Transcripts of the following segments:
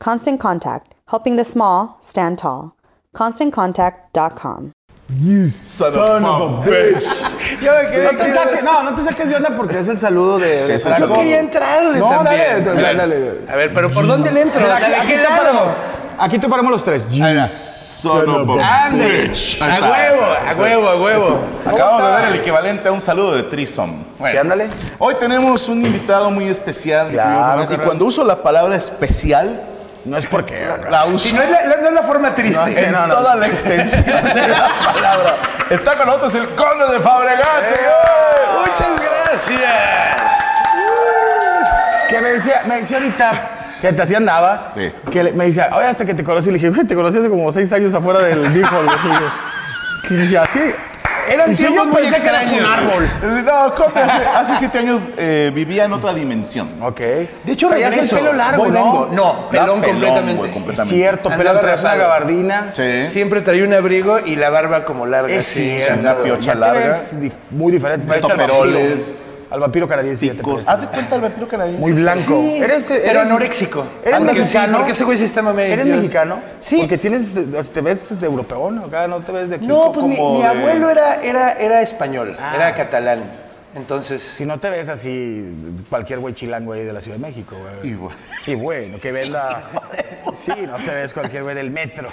Constant Contact, helping the small stand tall. ConstantContact.com. You son, son of, of a bitch. Yo me quedé, no, te saque, no, no te saques de onda porque es el saludo de. Sí, de es el saludo. Yo quería entrarle No, también. dale, dale, A ver, dale. A ver, pero ¿por dónde le entro? Mira, O sea, aquí- ¿de aquí qué está lado? parado. Aquí te paramos los tres. Ahí era. Son of a ¡Ándale! bitch. A huevo, a huevo, a huevo. Acabamos ¿Cómo de está? ver el equivalente a un saludo de Trisom. Sí, ándale. Hoy tenemos un invitado muy especial. Claro, querido Fernando, carnal. y cuando uso la palabra especial, no es porque la uso. Y no es la, la- no es la forma triste. No, en No, no, toda la extensión de la palabra. Está con nosotros el conde de Fabregat, señor. Muchas gracias. Que me decía, me decía ahorita que así andaba. Sí. Que le- me decía, oye, hasta que te conocí. Le dije, "Güey, te conocí hace como seis años afuera del Beeple. Y dije, así. Eran Y sí, tiempos yo muy pensé que eras un extraños. árbol. No, conde, hace, hace siete años eh, vivía en otra dimensión. Ok. De hecho, Traías el regreso. pelo largo, Voy, ¿no? vengo. No, Era pelón, completamente. güey, Es completamente. cierto, Andaba pero atrás una rapado. gabardina. Sí. Siempre traía un abrigo y la barba como larga. Es así, cierto. una andaba. piocha Ya te larga. ves dif- muy diferente. Parece al Estoperoles. vampiro. Al vampiro canadiense. ya te Picos. pareces. Haz de cuenta el vampiro canadiense. Muy blanco. Sí, Eres- pero eres- anoréxico. ¿Eres Aunque sí, mexicano? porque ese güey sí está mamey. ¿Eres Dios. mexicano? Sí. Porque tienes, o sea, te ves de europeo, ¿no? Acá no te ves de aquí. No, pues mi, como mi de- abuelo era, era, era español, Ah. era catalán. Entonces, Si no te ves así, cualquier güey chilango ahí de la Ciudad de México, güey. Y bueno. Y bueno, que venda. Sí, no te ves cualquier güey del metro.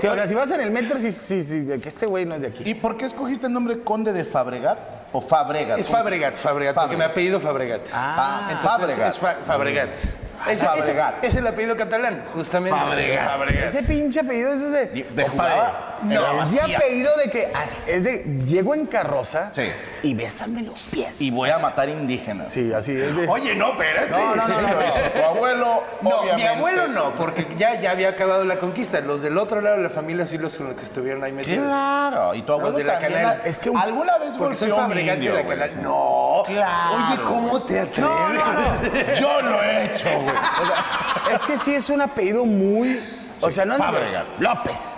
Sí, o sea, si vas en el metro, sí, sí, sí, de que este güey no es de aquí. ¿Y por qué escogiste el nombre Conde de Fabregat o Fabregat? es Fabregat, Fabregat, porque me apellido Fabregat. Ah, entonces Fabregat. es Fa- Fabregat. Ese- ese- Fabregat. Es, el apellido catalán, justamente. Fabregat. Ese pinche apellido es de. De- de compadre, jugada. Era No, ese vacía. apellido de que. hasta- Es de. Llego en carroza. Sí. Y bésame los pies. Y voy a matar indígenas. Sí, así es de. Oye, no, espérate. No, no, no, no, no. Tu abuelo, No, mi obviamente. abuelo no, porque ya, ya había acabado la conquista. Los del otro lado de la familia sí los que estuvieron ahí metidos. Claro, y tu abuelo Los de la también canal. era- Es que un- alguna vez Porque soy golpeó a un fabricante indio, de la güey, canal. o sea. No. Claro, Oye, ¿cómo te atreves? Yo lo he hecho, güey. O sea, Es que sí es un apellido muy. O sea, no es. Fabregat. López.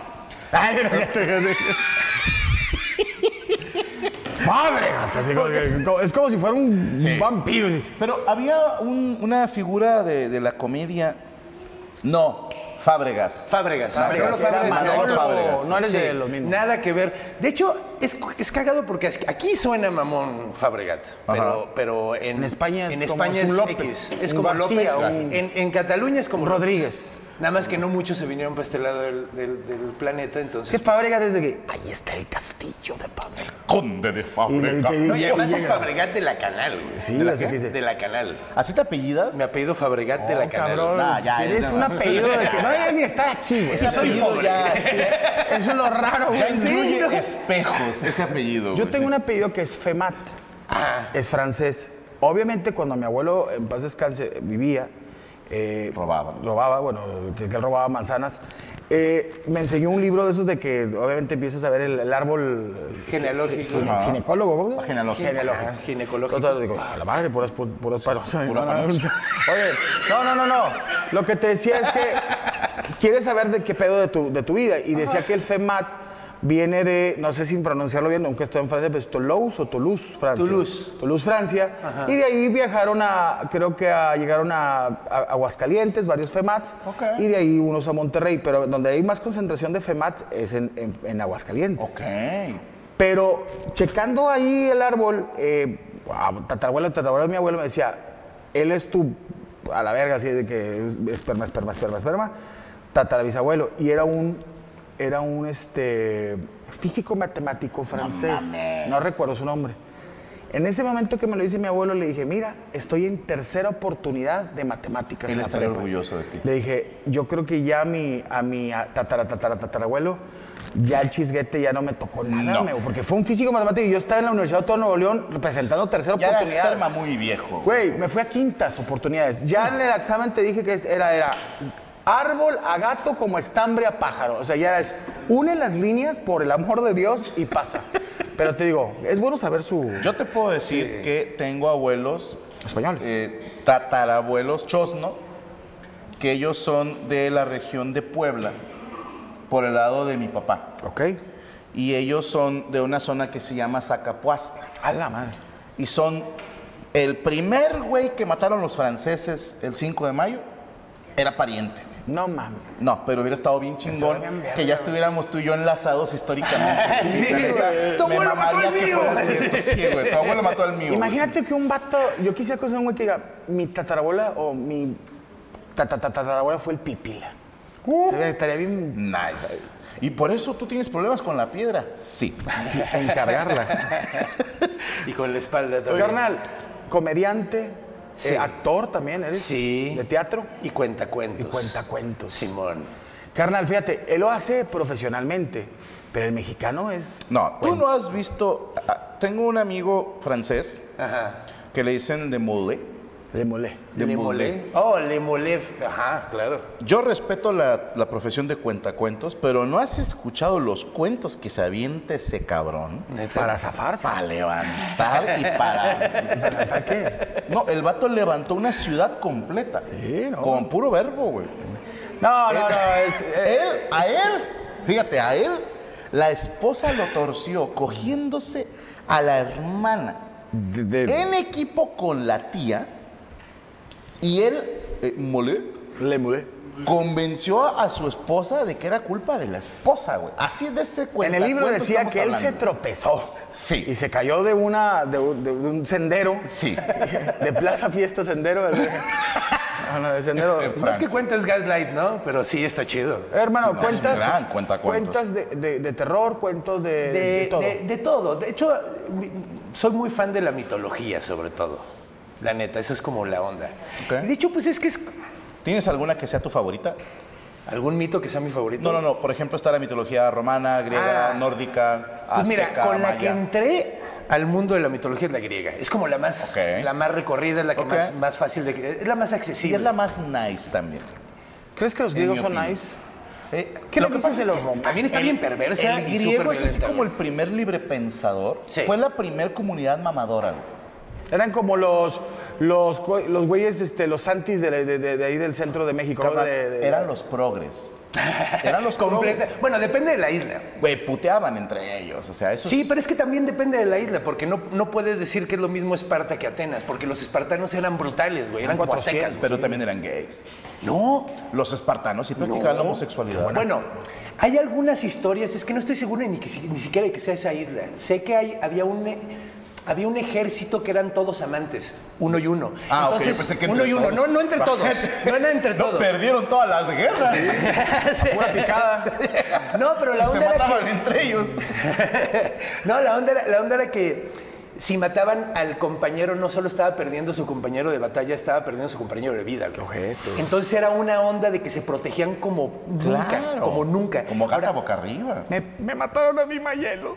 Ay, no, no, no, no. Fabregat. Ah, así como que- como- es como si fuera un Sí. vampiro. así. Pero había un- una figura de, de la comedia. No, Fábregas. Fábregas. Fábregas. Manolo Fábregas. Era Manolo Manolo Fábregas. No eres Sí, de los mismos. Nada que ver. De hecho, es, es cagado porque es- aquí suena mamón Fabregat, pero, pero en, En España es en como España es un es López, X. Es un como García, López. un- En, en Cataluña es como Rodríguez. López. Nada más que no muchos se vinieron para este lado del, del- del planeta, Que entonces. Fábregas desde que ahí está el castillo de Pablo. Conde de Fábrica. Y- y- No, y además y- es Fabregat de la Canal, güey. Sí, de la, así que dice. Oh, de la Canal. ¿Así te apellidas? Mi apellido Fabregat de la Canal. cabrón. Nah, ya, ya, Eres ya. un apellido de que no deberías ni estar aquí, güey. Ese Ese apellido apellido ya. sí, ¿eh? Eso es lo raro, güey. Ya Sí, incluye ¿no? espejos, ese apellido. Yo güey, tengo sí. un apellido que es Femat. Ah. Es francés. Obviamente, cuando mi abuelo en paz descanse vivía. eh, Robaba. Robaba, bueno, que, que él robaba manzanas. eh, me enseñó un libro de esos de que obviamente empiezas a ver el, el árbol eh, Genealógico. Gine- Ginecólogo, ¿cómo? Ah, genealógico. Genealógico. Ajá, ginecológico. Total, digo, a la madre, puras, pu- puras palos. pura panocha. Oye, no, no, no, no. Lo que te decía es que quieres saber de qué pedo de tu, de tu vida. Y decía que el FEMAT viene de, no sé sin pronunciarlo bien, aunque estoy en Francia, pero es Toulouse o Toulouse, Francia. Toulouse. Toulouse, Francia. Y de ahí viajaron a, creo que a, llegaron a, a- Aguascalientes, varios FEMATs. Ok. Y de ahí unos a Monterrey. Pero donde hay más concentración de FEMATs es en, en- en Aguascalientes. Ok. Pero checando ahí el árbol, eh, wow, tatarabuelo, tatarabuelo de mi abuelo me decía, él es tu, a la verga, así de que es esperma, esperma, esperma, esperma, tatarabisabuelo. Y era un, era un este, físico matemático francés. No recuerdo su nombre. En ese momento que me lo dice mi abuelo, le dije, mira, estoy en tercera oportunidad de matemáticas. Él en la estaría prepa". orgulloso de ti. Le dije, yo creo que ya a mi, a mi a- tatara, tatara, tatarabuelo, ya el chisguete ya no me tocó nada, No. me- porque fue un físico matemático y yo estaba en la Universidad Autónoma de Nuevo León representando tercera Ya era oportunidad. esperma muy viejo. Güey, me fui a quintas oportunidades. Ya en el examen te dije que es- era, era árbol a gato como estambre a pájaro. O sea, ya es, une las líneas por el amor de Dios y pasa. Pero te digo, es bueno saber su... Yo te puedo decir que tengo abuelos, Españoles. eh, tatarabuelos chosno, que ellos son de la región de Puebla, por el lado de mi papá. ok. Y ellos son de una zona que se llama Zacapuasta. A la madre. Y son el primer güey que mataron los franceses el 5 de mayo, era pariente. No mames. No, pero hubiera estado bien chingón Estaría bien verga, que ya estuviéramos tú y yo enlazados históricamente. Sí, La neta, güey. Tu me abuelo mató mamaría al que mío. fuera cierto. Sí, güey, tu abuelo mató al mío. Imagínate que un vato, yo quisiera que sea un güey que diga, mi tatarabuela o mi tata- tatarabuela fue el pipila. Se ve, Estaría bien Nice. Y por eso tú tienes problemas con la piedra. Sí. sí, encargarla. Y con la espalda también. Carnal, comediante, eh, actor también eres. Sí. De teatro. Y cuenta cuentos. Y cuentacuentos. Simón. Carnal, fíjate, él lo hace profesionalmente, pero el mexicano es... No, tú no has visto. ah, Tengo un amigo francés Ajá. que le dicen de mole. Le molé. De le mole. molé. Oh, le molé. Ajá, claro. Yo respeto la, la profesión de cuentacuentos, pero no has escuchado los cuentos que se avienta ese cabrón. Para zafarse. Para levantar y para. ¿Para qué? No, el vato levantó una ciudad completa. Sí, no. Con puro verbo, güey. No, no, no. Él- Es, eh, él, a él, fíjate, a él, la esposa lo torció cogiéndose a la hermana en equipo con la tía y él, eh, mole, le molé. convenció a su esposa de que era culpa de la esposa, güey. Así de este En cuento. el libro decía que él se tropezó. Sí. Y se cayó de, una, de, un- de un sendero. Sí. De Plaza Fiesta Sendero. de- No, no, de sendero. Más que cuentas Gaslight, ¿no? Pero sí está chido. Eh, Hermano, Sí, no, cuentas, gran cuentacuentos. cuentas de, de- de terror, cuentos Eh, de, De, de todo. de- de todo. De hecho, mi- soy muy fan de la mitología, sobre todo. La neta, eso es como la onda. Ok. De hecho, pues es que es ¿Tienes alguna que sea tu favorita? algún mito que sea mi favorito. No, no, no. Por ejemplo, está la mitología romana, griega, Ah. nórdica, azteca, Pues mira, con la maya. que entré al mundo de la mitología es la griega. Es como la más, Ok. la más recorrida, es la que Ok. más, más fácil de... Es la más Y accesible. es la más nice también. ¿Crees que los En griegos mi son opinión. nice? Eh, ¿Qué lo le que dices pasa de es los que romanos? También está bien perversa El y griego es así superviolenta, como el güey. primer libre pensador. Sí. Fue la primer comunidad mamadora. güey. Eran como los los co- los güeyes, este, los santis de, de- de- de ahí del centro de México. Cabrón, de- de- Eran los progres. Eran los Completa. progres. Bueno, depende de la isla. Güey, puteaban entre ellos. O sea, eso Sí, pero es que también depende de la isla, porque no, no puedes decir que es lo mismo Esparta que Atenas, porque los espartanos eran brutales, güey, eran aztecas, cuatecas. pero también eran gays. No, Los espartanos sí practicaban la homosexualidad. Bueno, hay algunas historias, es que no estoy seguro ni, que si- ni siquiera de que sea esa isla. Sé que hay, había un, eh, había un ejército que eran todos amantes, uno y uno. Ah, ok, yo Entonces, pensé que uno entre y uno, todos. no, no entre todos, no era entre No, todos. perdieron todas las guerras. Sí. No, pero la Si se onda era mataban que, entre ellos. no, la onda, era, la onda era que si mataban al compañero, no solo estaba perdiendo su compañero de batalla, estaba perdiendo su compañero de vida. güey. Entonces era una onda de que se protegían como nunca, Claro. como nunca. Como gata boca arriba. Me, me mataron a mi Mayelo.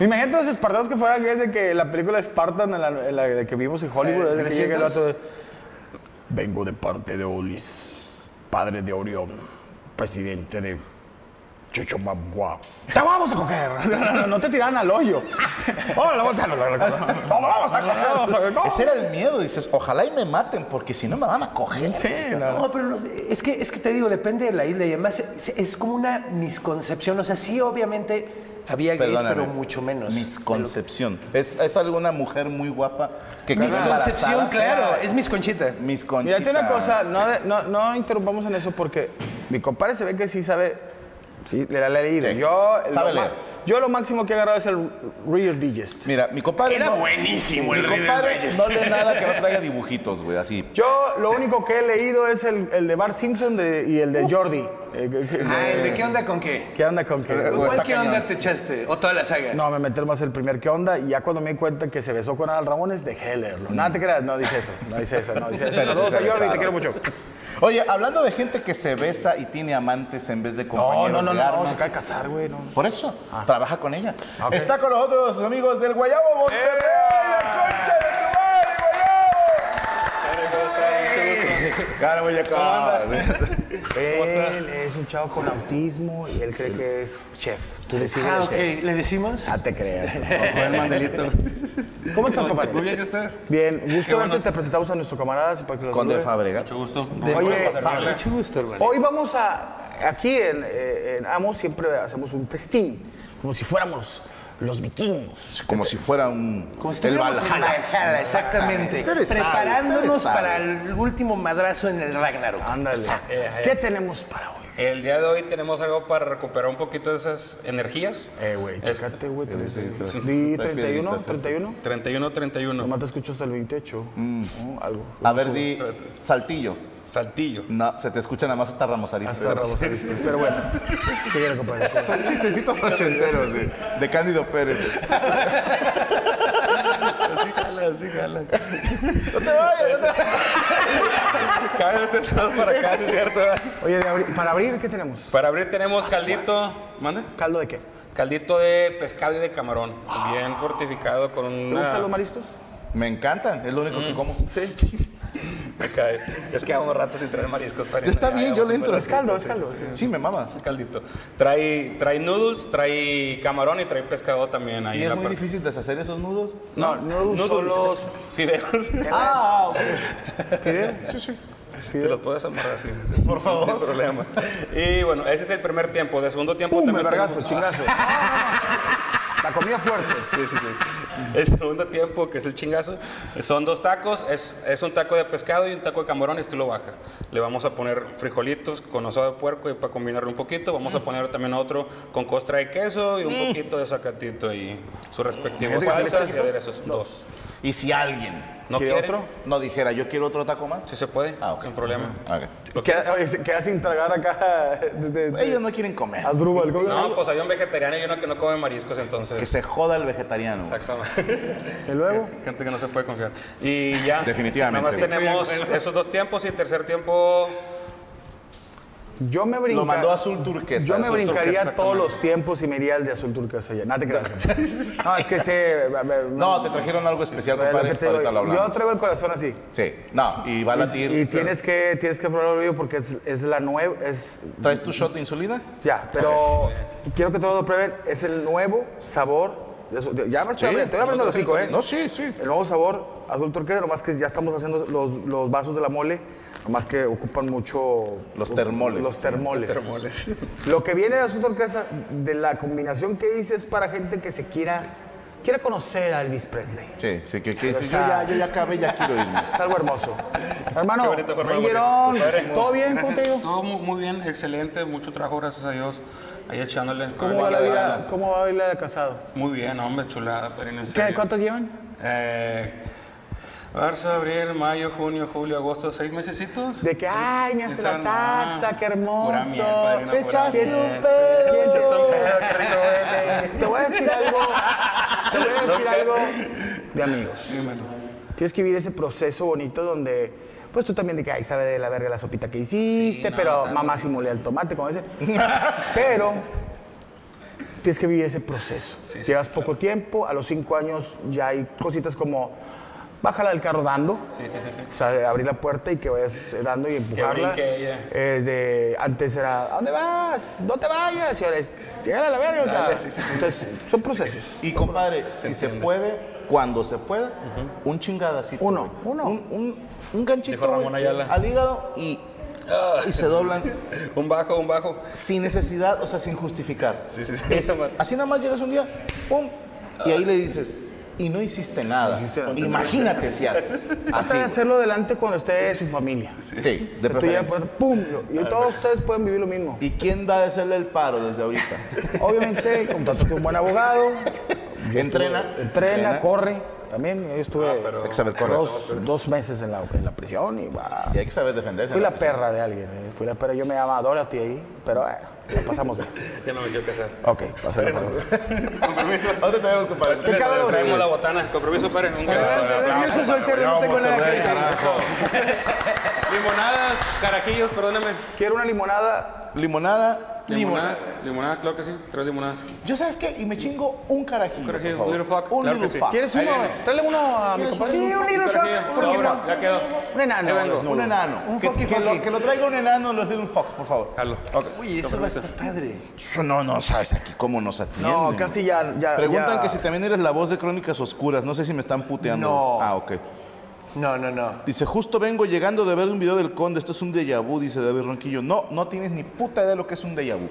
Imagínate los espartanos que fueran gays de que la película Spartan, en la, en la- de que vimos en Hollywood, Eh, desde que llega el 300. vato de- Vengo de parte de Olis, padre de Orión, presidente de Chochomagua. ¡Te vamos a coger! No, no, no te tiran al hoyo. ¡Hola, vamos a coger! vamos a coger! vamos a coger! Ese era el miedo. Dices, ojalá y me maten, porque si no me van a coger. Sí, no. No, pero lo- es que, es que te digo, depende de la isla y además es, es como una misconcepción. O sea, sí, obviamente había gays, Perdóname. pero mucho menos. Misconcepción. ¿Es, es alguna mujer muy guapa que queda Misconcepción, embarazada? claro, es misconchita. Mis Mira, conchita. te una cosa, no, de- no, no interrumpamos en eso porque mi compadre se ve que sí sabe, sí, le da la leída. Sí. Yo, Sabe lo ma- leer. yo lo máximo que he agarrado es el Reader Digest. Mira, mi compadre. Era no- buenísimo Mi el Reader's compadre Digest. no lee nada que no traiga dibujitos, güey, así. Yo lo único que he leído es el, el de Bart Simpson de- y el de Jordi. Eh, que- que- Ah, ¿el de qué onda con qué? ¿Qué onda con qué? Güey, ¿Cuál está qué cañón. onda te echaste? ¿O toda la saga? No, me metí más el primer qué onda y ya cuando me di cuenta que se besó con Adal Ramones, dejé de leerlo. Nada te creas, no dice eso, no dice eso, no dice eso. Pero sí Saludos se a Jordi, besaron. te quiero mucho. Oye, hablando de gente que se besa y tiene amantes en vez de No, compañeros no, no, de no, armas. se acaba de casar, güey. No. Por eso, trabaja con ella. Ah. Ok. Está con nosotros sus amigos del Guayabo Monterrey, la concha de tu madre, Guayabo. Claro, Guayacán. Él es un chavo con autismo y él cree que es chef. Tú decides Ah, el ok. chef. ¿Le decimos? Ah, te creas. ¿Cómo estás, compadre? Muy bien, ¿y ustedes? Bien, gusto verte. Qué bueno. Te presentamos a nuestro camarada. si para que lo Conde salude. Fábrega. Mucho gusto. Oye, Vale. Mucho gusto, hermano. Hoy vamos a. Aquí en, eh, en Amos siempre hacemos un festín, como si fuéramos los vikingos. Como si fuera un. Como si el estuviéramos en Valhalla. Valhalla, exactamente. Ustedes saben, Preparándonos ustedes saben. para el último madrazo en el Ragnarok. Ándale. Eh, ¿Qué tenemos para hoy? El día de hoy tenemos algo para recuperar un poquito de esas energías. Eh, güey, chécate, güey. Di Este, sí. 31, 31. 31-31. Nomás te escucho hasta el 28. Mm. ¿no? algo. A ver, di. Saltillo. Saltillo. No, se te escucha nada más hasta Ramos Arispe. Hasta Ramos Arispe. Pero bueno, síguele, compadre. Son chistecitos ochenteros de, de Cándido Pérez. Así jala, así jala. No te vayas. Cada vez te estás para acá, ¿sí es ¿cierto? Oye, de abrir- para abrir, ¿qué tenemos? Para abrir tenemos caldito. ¿Mande? ¿Caldo de qué? Caldito de pescado y de camarón. Bien fortificado con ¿Te una... gustan los mariscos? Me encantan, es lo único que como. Sí. Me cae. Es que hago rato sin traer mariscos. Para Está bien, yo le entro. Es caldo, es caldo. Sí, me mamas. Caldito. Trae, trae noodles, trae camarón y trae pescado también ahí ¿Y en es la muy parte. difícil deshacer esos nudos? No, noodles son los- fideos. Ah, ¿Eh? Sí, sí. Te los puedes amarrar, sí. Por favor. Sin problema. Y bueno, ese es el primer tiempo. De segundo tiempo ¡Pum! El también vergazo, tenemos- Ah. chingazo. La comida fuerte. Sí, sí, sí. El segundo tiempo, que es el chingazo, son dos tacos. Es, es un taco de pescado y un taco de camarón estilo baja. Le vamos a poner frijolitos con asado de puerco y para combinarlo un poquito. Vamos a poner también otro con costra de queso y un poquito de zacatito y sus respectivos ¿Cuáles salsas y tacos? aderezos. Dos. ¿Y si alguien ¿No quiere quiere? otro? No dijera, yo quiero otro taco más. Si se puede, Ah, ok. sin problema. Ok. ¿Lo quieres? Queda, oye, se queda sin tragar acá. desde Ellos no quieren comer. Asdrúbal, ¿cómo se llama? No, pues hay un vegetariano y uno que no come mariscos, entonces. Que se joda el vegetariano. Exactamente. Y luego, Gente que no se puede confiar. Y ya. Definitivamente. Nada más tenemos esos dos tiempos y tercer tiempo. Yo me brincaría. Lo mandó azul turquesa. Yo me Azul brincaría turquesa, todos cabrón. los tiempos y me iría al de azul turquesa ya. No te creas. no, es que sé. a ver, No, te trajeron algo especial, Es lo compadre. que te digo, ahorita lo hablamos. yo traigo el corazón así. Sí, no, y va a latir. Y tienes que, tienes que probarlo vivo porque es, es la nueva, es ¿Traes tu shot de insulina? ya, pero quiero que todos lo prueben, es el nuevo sabor, de su- de- ya me estoy abriendo, estoy abriendo los cinco, ¿eh? No, sí, sí. El nuevo sabor azul turquesa, nomás que ya estamos haciendo los, los vasos de la mole, nomás que ocupan mucho... Los termoles. Los termoles. Moles. Lo que viene de azul turquesa, de la combinación que hice, es para gente que se quiera, quiera conocer a Elvis Presley. Sí, sí, que, que Pero sí, yo, está- ya, yo ya acabé, ya quiero irme. Es algo hermoso. Hermano, Qué bonito, Juan Pablo. Ringuerón, Compadre, ¿todo bien? ¿Cómo gracias. te ha ido? Todo muy, muy bien, excelente, mucho trabajo, gracias a Dios. Ahí echándole. ¿Cómo va, la vida, ¿Cómo va la vida de casado? Muy bien, hombre, chulada, Perino. en ¿Qué, serio. ¿Cuántos llevan? Eh, marzo, abril, mayo, junio, julio, agosto, seis mesecitos. De que, ay, me hace la Esa- taza, qué hermoso. Pura miel, padrino, Te pura echaste miel. un pedo. Te echaste un pedo, qué rico huele. Te voy a decir algo. Te voy a decir Nunca. algo de amigos. Dímelo. Tienes que vivir ese proceso bonito donde, pues tú también de que, ay, sabe de la verga la sopita que hiciste, Sí, no, pero sabe. mamá simulé el tomate, como dice. pero tienes que vivir ese proceso. Sí, sí, Llevas sí, poco tiempo, a los cinco años ya hay cositas como, bájala del carro dando. Sí, sí, sí, sí. O sea, abrir la puerta y que vayas dando y empujarla. brinque ella. Es de- antes era, ¿a dónde vas? No te vayas. Y ahora es, "Llégale a la verga. o sea, Dale, sí, sí, sí. Entonces, son procesos. Y compadre, si se puede, cuando se pueda, un chingadacito. Uno, güey. uno. Un, un, un ganchito Dijo Ramón güey, Ayala. Ah. al hígado y, y se doblan Un bajo, un bajo. sin necesidad, o sea, sin justificar. Sí, sí, sí. Es- así nada más llegas un día, pum, y ahí le dices, y no hiciste nada. Imagínate si haces. Así. Trata de hacerlo delante cuando esté su familia. güey. Sí, de Tú ya, preferencia. pues, pum, y todos ustedes pueden vivir lo mismo. ¿Y quién va a hacerle el paro desde ahorita? Obviamente, contratate un buen abogado, eh, Entrena. entrena, corre. También yo estuve Ah, pero- Hay que saber correr. dos, dos meses en la, en la prisión y va. Y hay que saber defenderse. Fui en la la prisión. perra de alguien, eh. fui la perra. Yo me llamaba Dorothy ahí, pero bueno, la pasamos bien. Ya no me quiero casar. Ok, pasamos Pero- Con permiso. Ahora te veo, compadre. ¿Qué Traemos la botana. Con permiso, Pérez. Un abrazo. Yo soy terrible, no tengo nada que decir. Limonadas, carajillos, perdóname. Quiero una limonada. Limonada. Limonada. Limonada, claro que sí. Tres limonadas. Yo sabes qué, y me chingo un carajillo. por Carajillo, favor. little fuck. Un Claro que little sí. fuck. ¿Quieres Ahí uno? viene. Tráele uno a mi ¿Quieres compadre. un- Sí, un hilo Carajillo, sobra. Ya quedó. Un enano. Ahí vengo. desnudo. Un enano. Un que, fucky que fucky. lo, que lo traiga un enano en los little fox, por favor. Jalo. Uy, eso va a estar padre. No, no, sabes aquí cómo nos atienden. No, casi ya- ya- Preguntan ya. que si también eres la voz de Crónicas Oscuras. No sé si me están puteando. No. Ah, ok. No, no, no. Dice, justo vengo llegando de ver un video del conde. Esto es un déjà vu, dice David Ronquillo. No, no tienes ni puta idea de lo que es un déjà vu.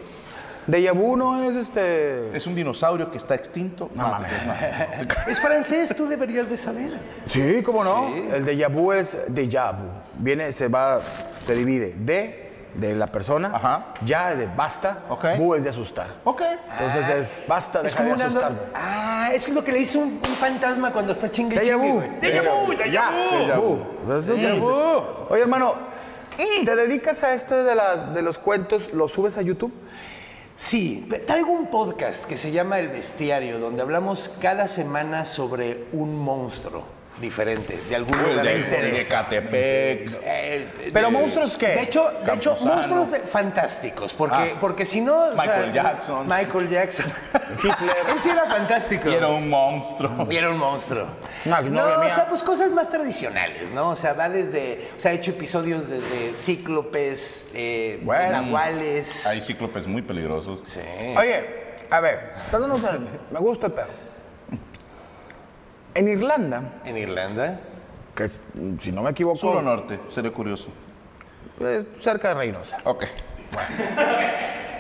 De Yabu no es este. Es un dinosaurio que está extinto. No, mames. Es francés, tú deberías de saber. Sí, cómo no. El de vu es de vu. Viene, se va, se divide. De, de la persona. Ajá. Ya, de basta. Ok. Bu es de asustar. Ok. Entonces Ah. es basta, Es deja como de una. asustarme. Ah, es lo que le hizo un, un fantasma cuando está chingue Déjà chingue, vu. güey. Ya. Déjà vu. Entonces, es un déjà vu. Mm. Oye, hermano, ¿te dedicas a esto de, las- de los cuentos? ¿Los subes a YouTube? Sí, traigo un podcast que se llama El Bestiario, donde hablamos cada semana sobre un monstruo diferente, de algún lugar de interés. Catepec. Eh, de- ¿Pero monstruos qué? De hecho, de hecho Campuzano. monstruos de- fantásticos, porque, Ah. porque si no... o sea, Michael Jackson. Michael Jackson. Él sí era fantástico. Era un monstruo. Y era un monstruo. No, que no había o mía. sea, pues cosas más tradicionales, ¿no? O sea, va desde. O sea, he hecho episodios desde cíclopes, eh, nahuales. Hay cíclopes muy peligrosos. Sí. Eh. Oye, a ver, dándonos al- Me gusta el perro. En Irlanda, En Irlanda. que es, si no me equivoco, Sur o norte, seré curioso. es cerca de Reynosa. Ok.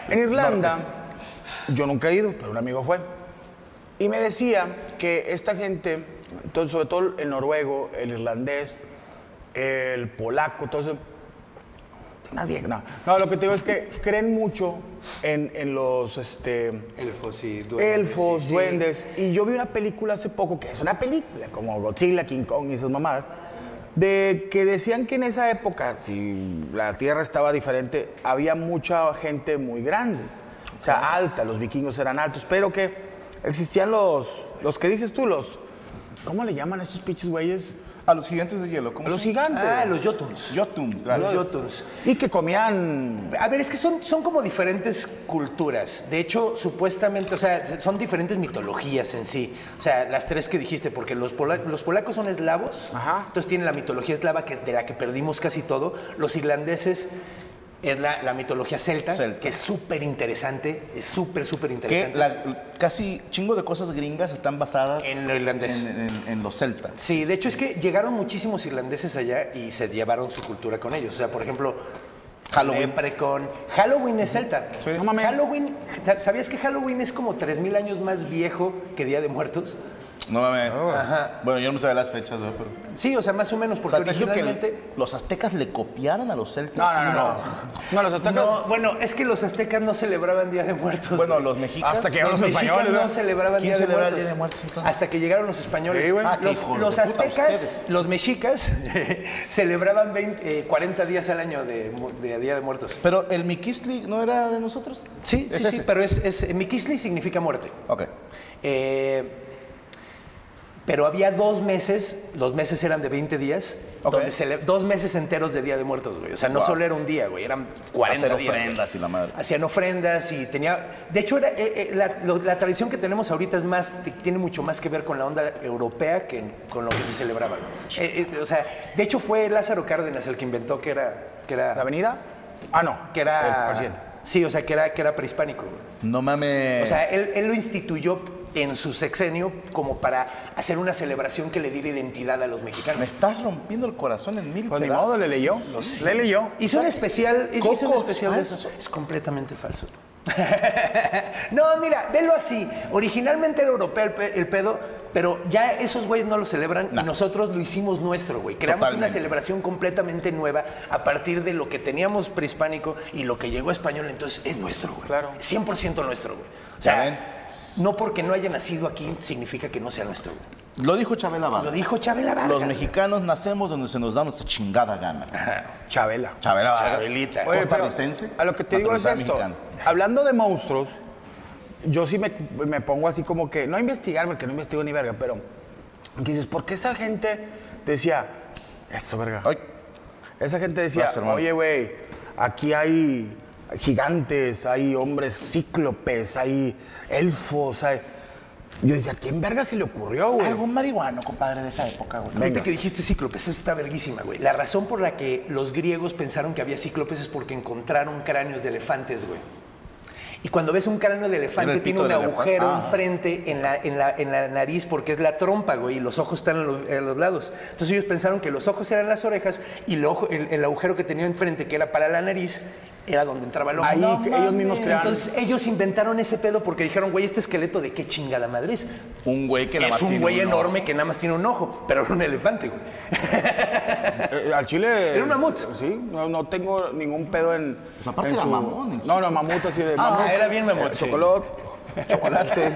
En Irlanda, eh, yo nunca he ido, pero un amigo fue. Y me decía que esta gente, entonces, sobre todo el noruego, el irlandés, el polaco, todo eso. Nadie, no. No, lo que te digo es que creen mucho en, en los este, Elfos y duendes. elfos, sí, sí. duendes. Y yo vi una película hace poco, que es una película, como Godzilla, King Kong y esas mamadas, de que decían que en esa época, si la tierra estaba diferente, había mucha gente muy grande. O sea, alta, los vikingos eran altos, pero que existían los, los que dices tú, los, ¿cómo le llaman a estos pinches güeyes? A los gigantes de hielo. ¿cómo Los se llama? gigantes. Ah, los Jotuns. Jotuns, Los gracias. Jotuns. Y que comían. A ver, es que son, son como diferentes culturas. De hecho, supuestamente, o sea, son diferentes mitologías en sí. O sea, las tres que dijiste, porque los, pola- los polacos son eslavos, Ajá. entonces tienen la mitología eslava que, de la que perdimos casi todo. Los irlandeses es la, la mitología celta, Celta. que es súper interesante, es súper, súper Que interesante. la- Ah, casi chingo de cosas gringas están basadas En lo irlandés. En, en- en los celtas. Sí, de hecho es que llegaron muchísimos irlandeses allá y se llevaron su cultura con ellos. O sea, por ejemplo, Halloween. Leprechaun. Halloween es celta. Sí. No mames. Halloween, ¿sab- ¿sabías que Halloween es como 3.000 años más viejo que Día de Muertos? No mames. Oh. Bueno, yo no me sabía las fechas, ¿verdad? Pero... Sí, o sea, más o menos, porque O sea, te digo originalmente... que los aztecas le copiaron a los celtas. No, no, no. No, no los atacas. No, bueno, es que los aztecas no celebraban Día de Muertos. Bueno, los mexicas. Hasta que llegaron los los mexicas españoles. no ¿verdad? celebraban ¿Quién Día de, celebraba Muertos, el Día de Muertos, entonces? hasta que llegaron los españoles. Sí, güey. Ah, qué los hijos de los puta aztecas, ustedes. los mexicas, celebraban 20, eh, 40 días al año de, mu- de Día de Muertos. Pero el Miquisli no era de nosotros. Sí, ¿Es sí, sí, ese? pero es, es Miquisli significa muerte. Ok. Eh, pero había dos meses, los meses eran de 20 días, Ok. donde cele- dos meses enteros de Día de Muertos, güey. O sea, no Wow. solo era un día, güey, eran 40 Hacer días, güey. ofrendas y la madre. Hacían ofrendas y tenía... De hecho, era, eh, eh, la, lo- la tradición que tenemos ahorita es más, t- tiene mucho más que ver con la onda europea que con lo que se celebraba. güey. Eh, eh, o sea, de hecho fue Lázaro Cárdenas el que inventó que era... Que era ¿La avenida? Ah, no. que era... El presidente. sí, o sea, que era, que era prehispánico, güey. No mames. O sea, él, él lo instituyó en su sexenio como para hacer una celebración que le diera identidad a los me mexicanos. estás rompiendo el corazón en mil Pues ni pedazos. modo, le leyó. Le leyó. Hizo un especial, hizo un Coco, especial de eso. falso. Es completamente falso. no, mira, velo así. Originalmente era europeo el, pe- el pedo, pero ya esos güeyes no lo celebran No. y nosotros lo hicimos nuestro, güey. Creamos una Totalmente. celebración completamente nueva a partir de lo que teníamos prehispánico y lo que llegó a español, entonces es nuestro, güey. Claro. 100% nuestro, güey. O Ya sea, no porque no haya nacido aquí significa que no sea nuestro, güey. Lo dijo Chabela Vargas. Lo dijo Chabela Vargas. Los mexicanos nacemos donde se nos da nuestra chingada gana. Chabela. Chabela Vargas. Chabelita. Oye, pero Costarricense. a lo que te digo es naturalizada esto. mexicana. Hablando de monstruos, yo sí me, me pongo así como que, no a investigar, porque no investigo ni verga, pero que dices, ¿por qué esa gente decía, eso verga? Ay, Esa gente decía, Gracias, hermano. oye, güey, aquí hay gigantes, hay hombres cíclopes, hay elfos, hay... Yo decía, ¿quién verga se le ocurrió, güey? algún marihuano, compadre, de esa época, güey. Ahorita que dijiste cíclopes, eso está verguísima, güey. La razón por la que los griegos pensaron que había cíclopes es porque encontraron cráneos de elefantes, güey. Y cuando ves un cráneo de elefante, el tiene pito un del elefante? agujero Ah. enfrente en la, en, la, en la nariz porque es la trompa, güey, y los ojos están a los, a los lados. Entonces ellos pensaron que los ojos eran las orejas y el, ojo- el, el agujero que tenía enfrente, que era para la nariz, era donde entraba el ojo. Ahí que ellos mismos crearon. Entonces ellos inventaron ese pedo porque dijeron, güey, este esqueleto de qué chingada madre es. Un güey que la es un güey enorme que nada más tiene un ojo, pero era un elefante, güey. Eh, al chile. eh, Era un mamut. Sí, no, no tengo ningún pedo en. Pues aparte en era mamón, en sí. No, no, mamut así de. Ah, mamut. era bien mamut, Eh, sí. Chocolate. Chocolate.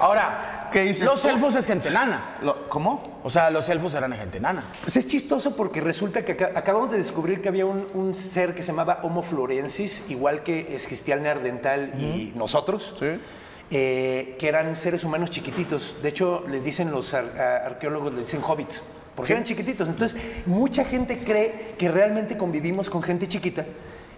Ahora, ¿Qué dices Los tú? elfos es gente nana. ¿Cómo? O sea, los elfos eran gente nana. Pues es chistoso porque resulta que acá- acabamos de descubrir que había un, un ser que se llamaba Homo florensis, igual que existía el neandertal y nosotros, Sí. eh, que eran seres humanos chiquititos. De hecho, les dicen los ar- a- arqueólogos, les dicen hobbits, porque eran chiquititos. Entonces, mucha gente cree que realmente convivimos con gente chiquita.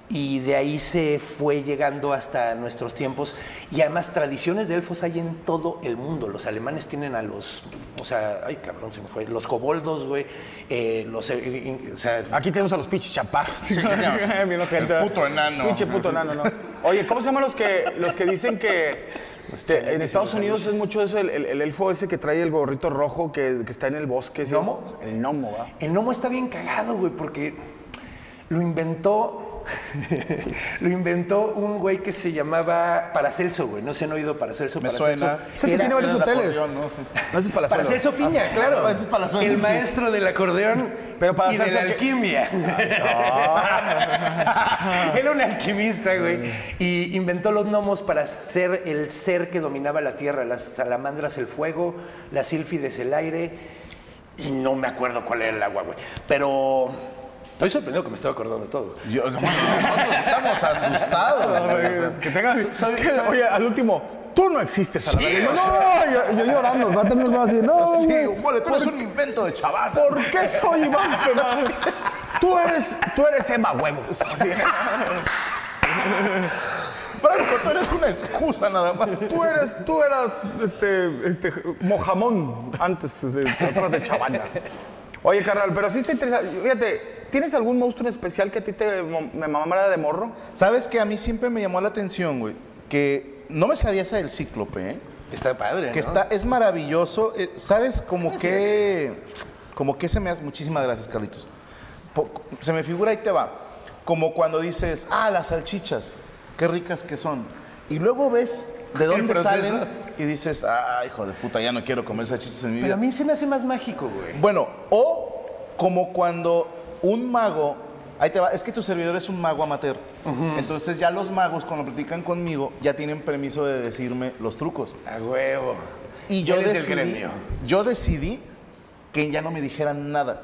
Y de ahí se fue llegando hasta nuestros tiempos. Y además, tradiciones de elfos hay en todo el mundo. Los alemanes tienen a los. O sea, ay cabrón, se me fue. Los coboldos, güey. eh, los. eh, in- o sea, Aquí tenemos a los pinches chaparros. claro. Bien ojete. El puto enano. Pinche puto enano, no. Oye, ¿cómo se llaman los que, los que dicen que. te- Este, en Estados Unidos es mucho eso, el, el- el elfo ese que trae el gorrito rojo que, que está en el bosque. ¿sí? ¿Gnomo? El gnomo, ¿verdad? El gnomo está bien cagado, güey, porque lo inventó. lo inventó un güey que se llamaba Paracelso, güey. No se han oído Paracelso. Me Paracelso. suena. Es el que Era- tiene varios era el hoteles. acordeón, ¿no? No, ese es Palazuelo. Paracelso Piña, claro. ese Ah, es Palazuelo, El sí. maestro del acordeón Pero y Paracelso de la que- alquimia. Ah, Era un alquimista, güey. Y inventó los gnomos para ser el ser que dominaba la tierra. Las salamandras el fuego, las sílfides el aire. Y no me acuerdo cuál era el agua, güey. Pero estoy sorprendido que me estoy acordando de todo. Yo, no, nosotros estamos asustados. güey. Que tengas. Soy- que- soy- oye, al último, tú no existes a la Sí, verga. o Y yo, No, yo, yo llorando, va a tener más así, no. Sí, güey, un boleto es un invento de chaval. ¿Por qué soy Iván Fernández? Tú eres, tú eres Emma Huevos. Franco, tú eres una excusa nada más. Tú eres, tú eras este, este mojamón antes de atrás de Chavana. Oye, carnal, pero sí está interesante. Fíjate, ¿tienes algún monstruo en especial que a ti te mo- me mamara de morro? ¿Sabes que a mí siempre me llamó la atención, güey? Que no me sabía esa del cíclope, ¿eh? Está padre, ¿no? Que está, es maravilloso. eh, ¿Sabes como que. Como que se me hace. Muchísimas gracias, Carlitos. Po- se me figura, ahí te va. Como cuando dices, ah, las salchichas, qué ricas que son. Y luego ves de dónde proceso. salen y dices, ah, hijo de puta, ya no quiero comer salchichas en mi Pero vida. a mí se me hace más mágico, güey. Bueno, o como cuando un mago, ahí te va, es que tu servidor es un mago amateur. Entonces ya los magos cuando platican conmigo ya tienen permiso de decirme los trucos. A huevo. Y yo Él es del decidí, gremio. yo decidí que ya no me dijeran nada,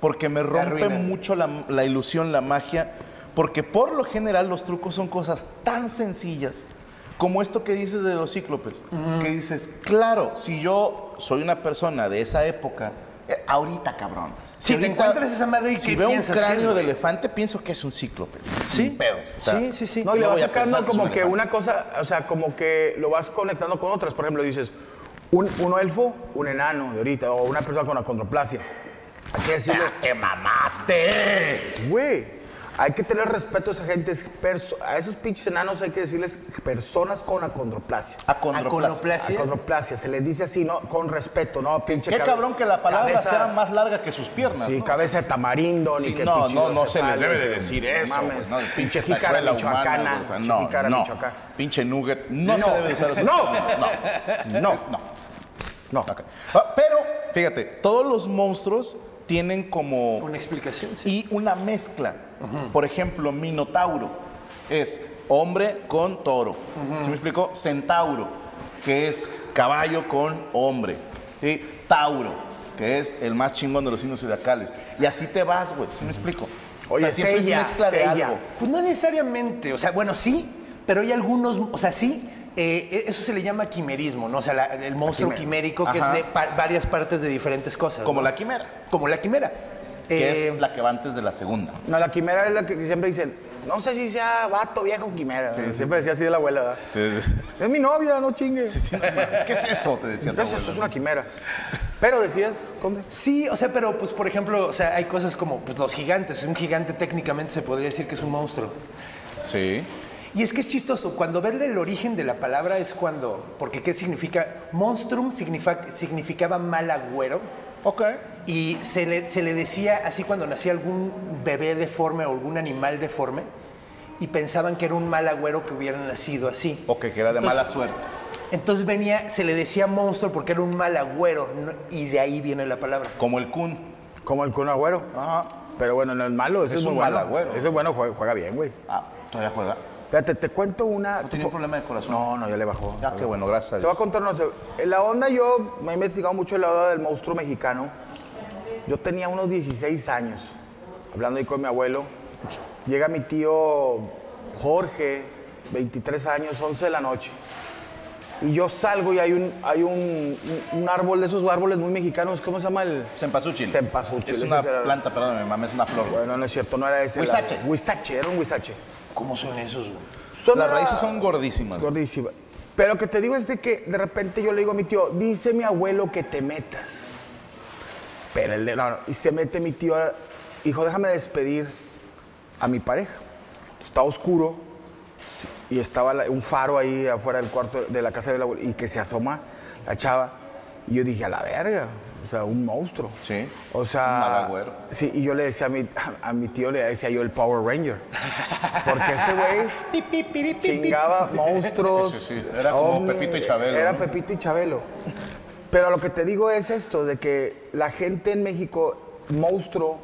porque me rompe arruinan. mucho la, la ilusión, la magia, porque por lo general los trucos son cosas tan sencillas como esto que dices de los cíclopes, que dices, claro, si yo soy una persona de esa época, eh, ahorita cabrón. Si te encuentras esa madre, ¿y si qué veo un piensas que es, cráneo de güey? elefante, pienso que es un cíclope. Sí, pedos. o sea, Sí, sí, sí. No, y le voy vas a sacando pensar es como un que elefante. una cosa, o sea, como que lo vas conectando con otras. Por ejemplo, dices, un, un elfo, un enano de ahorita, o una persona con acondroplasia. Hay que decirle, Ah, ¡Te mamaste! güey, hay que tener respeto a esa gente. es perso- A esos pinches enanos hay que decirles personas con acondroplasia. Acondroplasia. Acondroplasia. Acondroplasia, se les dice así, ¿no? Con respeto, ¿no? Pinche Qué cabe- cabrón que la palabra cabeza- sea más larga que sus piernas. Sí, ¿no? cabeza de tamarindo, Sí, ni que no, pinche no, no se hidrocefalo, les debe de que- decir eso. mames. pues, ¿no? Pinche Jícara tachuela humana, michoacana, güey, o sea, no, jícara no. michoacán. Pinche nugget. No, No. se debe de usar eso. No. no, no, no. Ok. Ah, Pero, fíjate, todos los monstruos tienen como Una explicación, sí. y una mezcla. Por ejemplo, Minotauro es hombre con toro. ¿Sí me explico? Centauro, que es caballo con hombre. ¿Sí? Tauro, que es el más chingón de los signos zodiacales. Y así te vas, güey. ¿Sí me explico? Oye, siempre sella, es mezcla de sella. algo. Pues no necesariamente, o sea, bueno, sí, pero hay algunos, o sea, sí, eh, eso se le llama quimerismo, ¿no? O sea, la- el monstruo quimera. quimérico que Ajá. es de pa- varias partes de diferentes cosas. Como ¿no? la quimera, Como la quimera. Eh, que es la que va antes de la segunda. No, la quimera es la que siempre dicen, no sé si sea vato, viejo, quimera. Siempre decía así de la abuela, ¿verdad? Es mi novia, no chingue. ¿Qué es eso? Te decía tu Entonces, eso es abuela. una quimera. Pero decías, Conde. Sí, o sea, pero pues por ejemplo, o sea, hay cosas como pues, los gigantes. Un gigante técnicamente se podría decir que es un monstruo. Sí. Y es que es chistoso, cuando ven el origen de la palabra es cuando, porque ¿qué significa? Monstrum signifa- significaba mal agüero Ok. y se le, se le decía así cuando nacía algún bebé deforme o algún animal deforme y pensaban que era un mal agüero que hubiera nacido así. Ok, que era de Entonces- mala suerte. Entonces venía, se le decía monstruo porque era un mal agüero ¿no? y de ahí viene la palabra. Como el Kun. Como el Kun Agüero. Ajá. Pero bueno, no es malo, eso Es es, muy un mal bueno. agüero. Eso es bueno, juega, juega bien, güey. Ah, todavía juega. Fíjate, te cuento una. ¿No tenía un problema de corazón? No, no, ya le bajó. Ya, qué bueno, gracias a Te Dios. voy a contar, no sé. En la onda, yo me he investigado mucho la onda del monstruo mexicano. Yo tenía unos 16 años, hablando ahí con mi abuelo. Llega mi tío Jorge, 23 años, 11 de la noche. Y yo salgo y hay un, hay un, un- un árbol de esos árboles muy mexicanos, ¿cómo se llama el? Cempasúchil. Cempasúchil, Es ese una será. planta, perdóname, mamá, es una flor. güey. Bueno, no es cierto, no era ese. Huizache. la- Huizache, era un huizache. ¿Cómo son esos? güey? Son Las una- raíces son gordísimas. Es gordísima. Pero lo que te digo es de que de repente yo le digo a mi tío, dice mi abuelo que te metas. Pero el de, no, no. Y se mete mi tío, a- hijo, déjame despedir a mi pareja. Estaba oscuro y estaba la- un faro ahí afuera del cuarto de la casa de la abuela y que se asoma la chava. Y yo dije, a la verga, o sea, un monstruo. Sí, O un mal sea, agüero. sí, y yo le decía a mi, a, mi tío, le decía yo el Power Ranger. Porque ese güey chingaba monstruos. Sí, sí, sí. Era como ovnis, Pepito y Chabelo, Era ¿no? Pepito y Chabelo. Pero lo que te digo es esto, de que la gente en México, monstruo,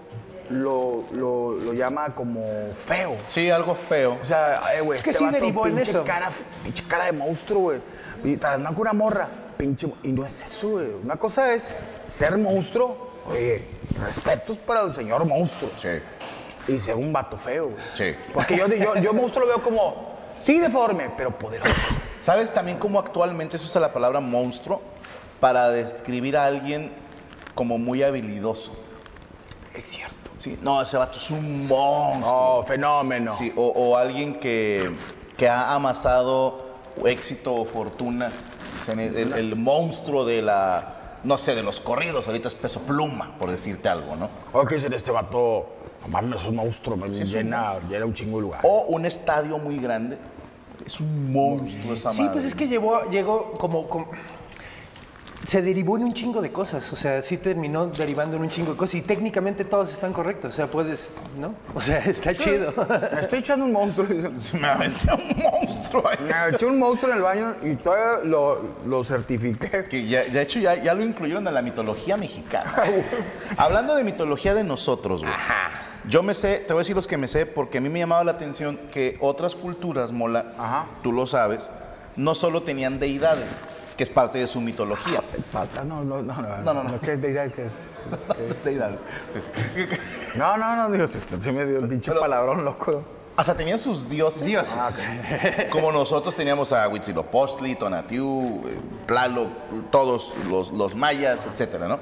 lo, lo- lo llama como feo. Sí, algo feo. O sea, eh, güey, Es que este sí vato, derivó en pinche eso. Cara, pinche cara de monstruo, güey. Y tras andar con una morra, pinche. mo- Y no es eso, güey. Una cosa es ser monstruo. Oye, respetos para el señor monstruo. Sí. Y ser un vato feo, güey. Sí. Porque yo, yo, yo monstruo lo veo como, sí, deforme, pero poderoso. ¿Sabes también cómo actualmente se usa la palabra monstruo para describir a alguien como muy habilidoso? Es cierto. Sí, no, ese vato es un monstruo. No, fenómeno. Sí, o, o alguien que, que ha amasado éxito o fortuna. O sea, El, el- el monstruo de la, no sé, de los corridos. Ahorita es peso pluma, por decirte algo, ¿no? Ahora que dicen este vato, no es un monstruo, me llena, llena un chingo de lugar. O un estadio muy grande. Es un monstruo esa Sí, madre. pues es que llevó, llegó como, como- Se derivó en un chingo de cosas, o sea, sí terminó derivando en un chingo de cosas y técnicamente todos están correctos, o sea, puedes, ¿no? O sea, está chido. Me estoy echando un monstruo. Me aventé un monstruo ahí. Me eché un monstruo en el baño y todavía lo, lo certifiqué. Que ya, de hecho, ya, ya lo incluyeron en la mitología mexicana. Hablando de mitología de nosotros, güey. Yo me sé, te voy a decir los que me sé, porque a mí me llamaba la atención que otras culturas, Mola, Ajá. tú lo sabes, no solo tenían deidades, que es parte de su mitología. Ah, Pata, no, no, no, no. No, no, no. ¿Qué es de idea que es? Deidades. Sí, sí. No, no, no, digo, se, se me dio el pinche palabrón loco. Hasta tenían sus dioses. Dioses. Como nosotros teníamos a Huitzilopochtli, Tonatiuh, eh, Tlaloc, todos los, los mayas, etcétera, ¿no?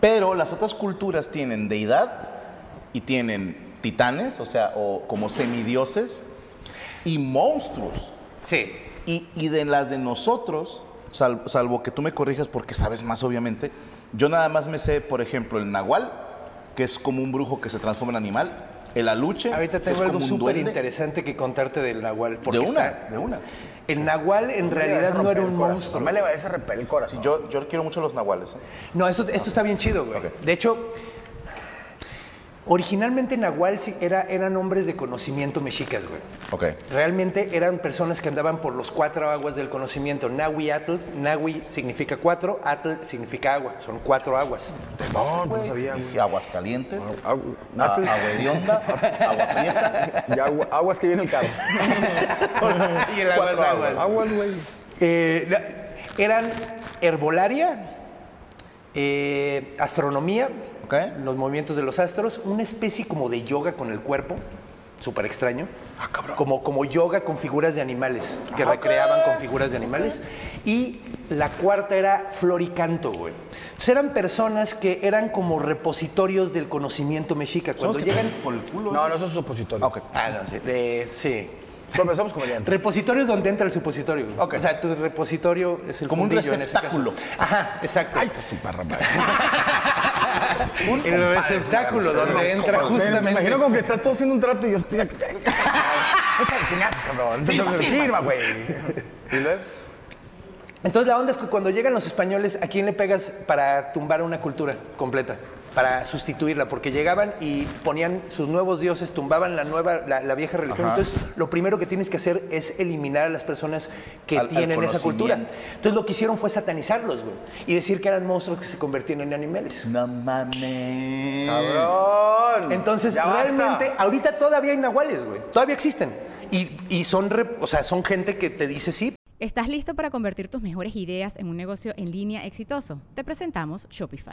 Pero las otras culturas tienen deidad y tienen titanes, o sea, o como semidioses y monstruos. Sí. Y, y de las de nosotros, sal- salvo que tú me corrijas porque sabes más, obviamente, yo nada más me sé, por ejemplo, el nahual, que es como un brujo que se transforma en animal, el aluche. Ahorita que es tengo algo como un súper duende. interesante que contarte del Nahual. De porque una, está- de una. El Nahual en realidad no era un monstruo. Me le vayas a romper el corazón. Yo, yo quiero mucho los nahuales. ¿eh? No, esto, esto está bien chido, güey. Ok. De hecho, originalmente Nahual sí era, eran hombres de conocimiento mexicas, güey. Ok. Realmente eran personas que andaban por los cuatro aguas del conocimiento. Nahui Atl, Nahui significa cuatro, Atl significa agua, son cuatro aguas. No, no sabía, güey. Ah, Aguascalientes, Agu- a- Aguadionda, Agua Prieta. Y agua- aguas que viene el carro. y el agua es Cuatro agua. Aguas, güey. Eh, la- eran herbolaria, eh, astronomía, Ok. los movimientos de los astros, una especie como de yoga con el cuerpo, súper extraño. Como, como yoga con figuras de animales, que recreaban con figuras de animales. Y la cuarta era floricanto, güey. Entonces eran personas que eran como repositorios del conocimiento mexica. Cuando llegan. por el culo. No, no, eso es supositorio. Ah, ok. ¿eh? Ah, no, sí. eh, sí. Comenzamos comediantes. Repositorio es donde entra el supositorio. güey. Ok. O sea, tu repositorio es el Como un fundillo en este caso. receptáculo. Ajá, exacto. Ay, pues su perra madre. el receptáculo donde entra Me justamente. imagino como que estás todo haciendo un trato y yo estoy aquí. Échale chingazo, cabrón. Firma, güey. ¿Y luego? Entonces la onda es que cuando llegan los españoles, ¿a quién le pegas para tumbar una cultura completa? Para sustituirla, porque llegaban y ponían sus nuevos dioses, tumbaban la nueva, la, la vieja religión. Entonces, lo primero que tienes que hacer es eliminar a las personas que Al- al tienen esa cultura. conocimiento. Entonces, lo que hicieron fue satanizarlos, güey, y decir que eran monstruos que se convertían en animales. No mames. Cabrón. Entonces, Ya basta. realmente, ahorita todavía hay nahuales, güey. Todavía existen. Y, y son, rep- o sea, son gente que te dice sí. ¿Estás listo para convertir tus mejores ideas en un negocio en línea exitoso? Te presentamos Shopify.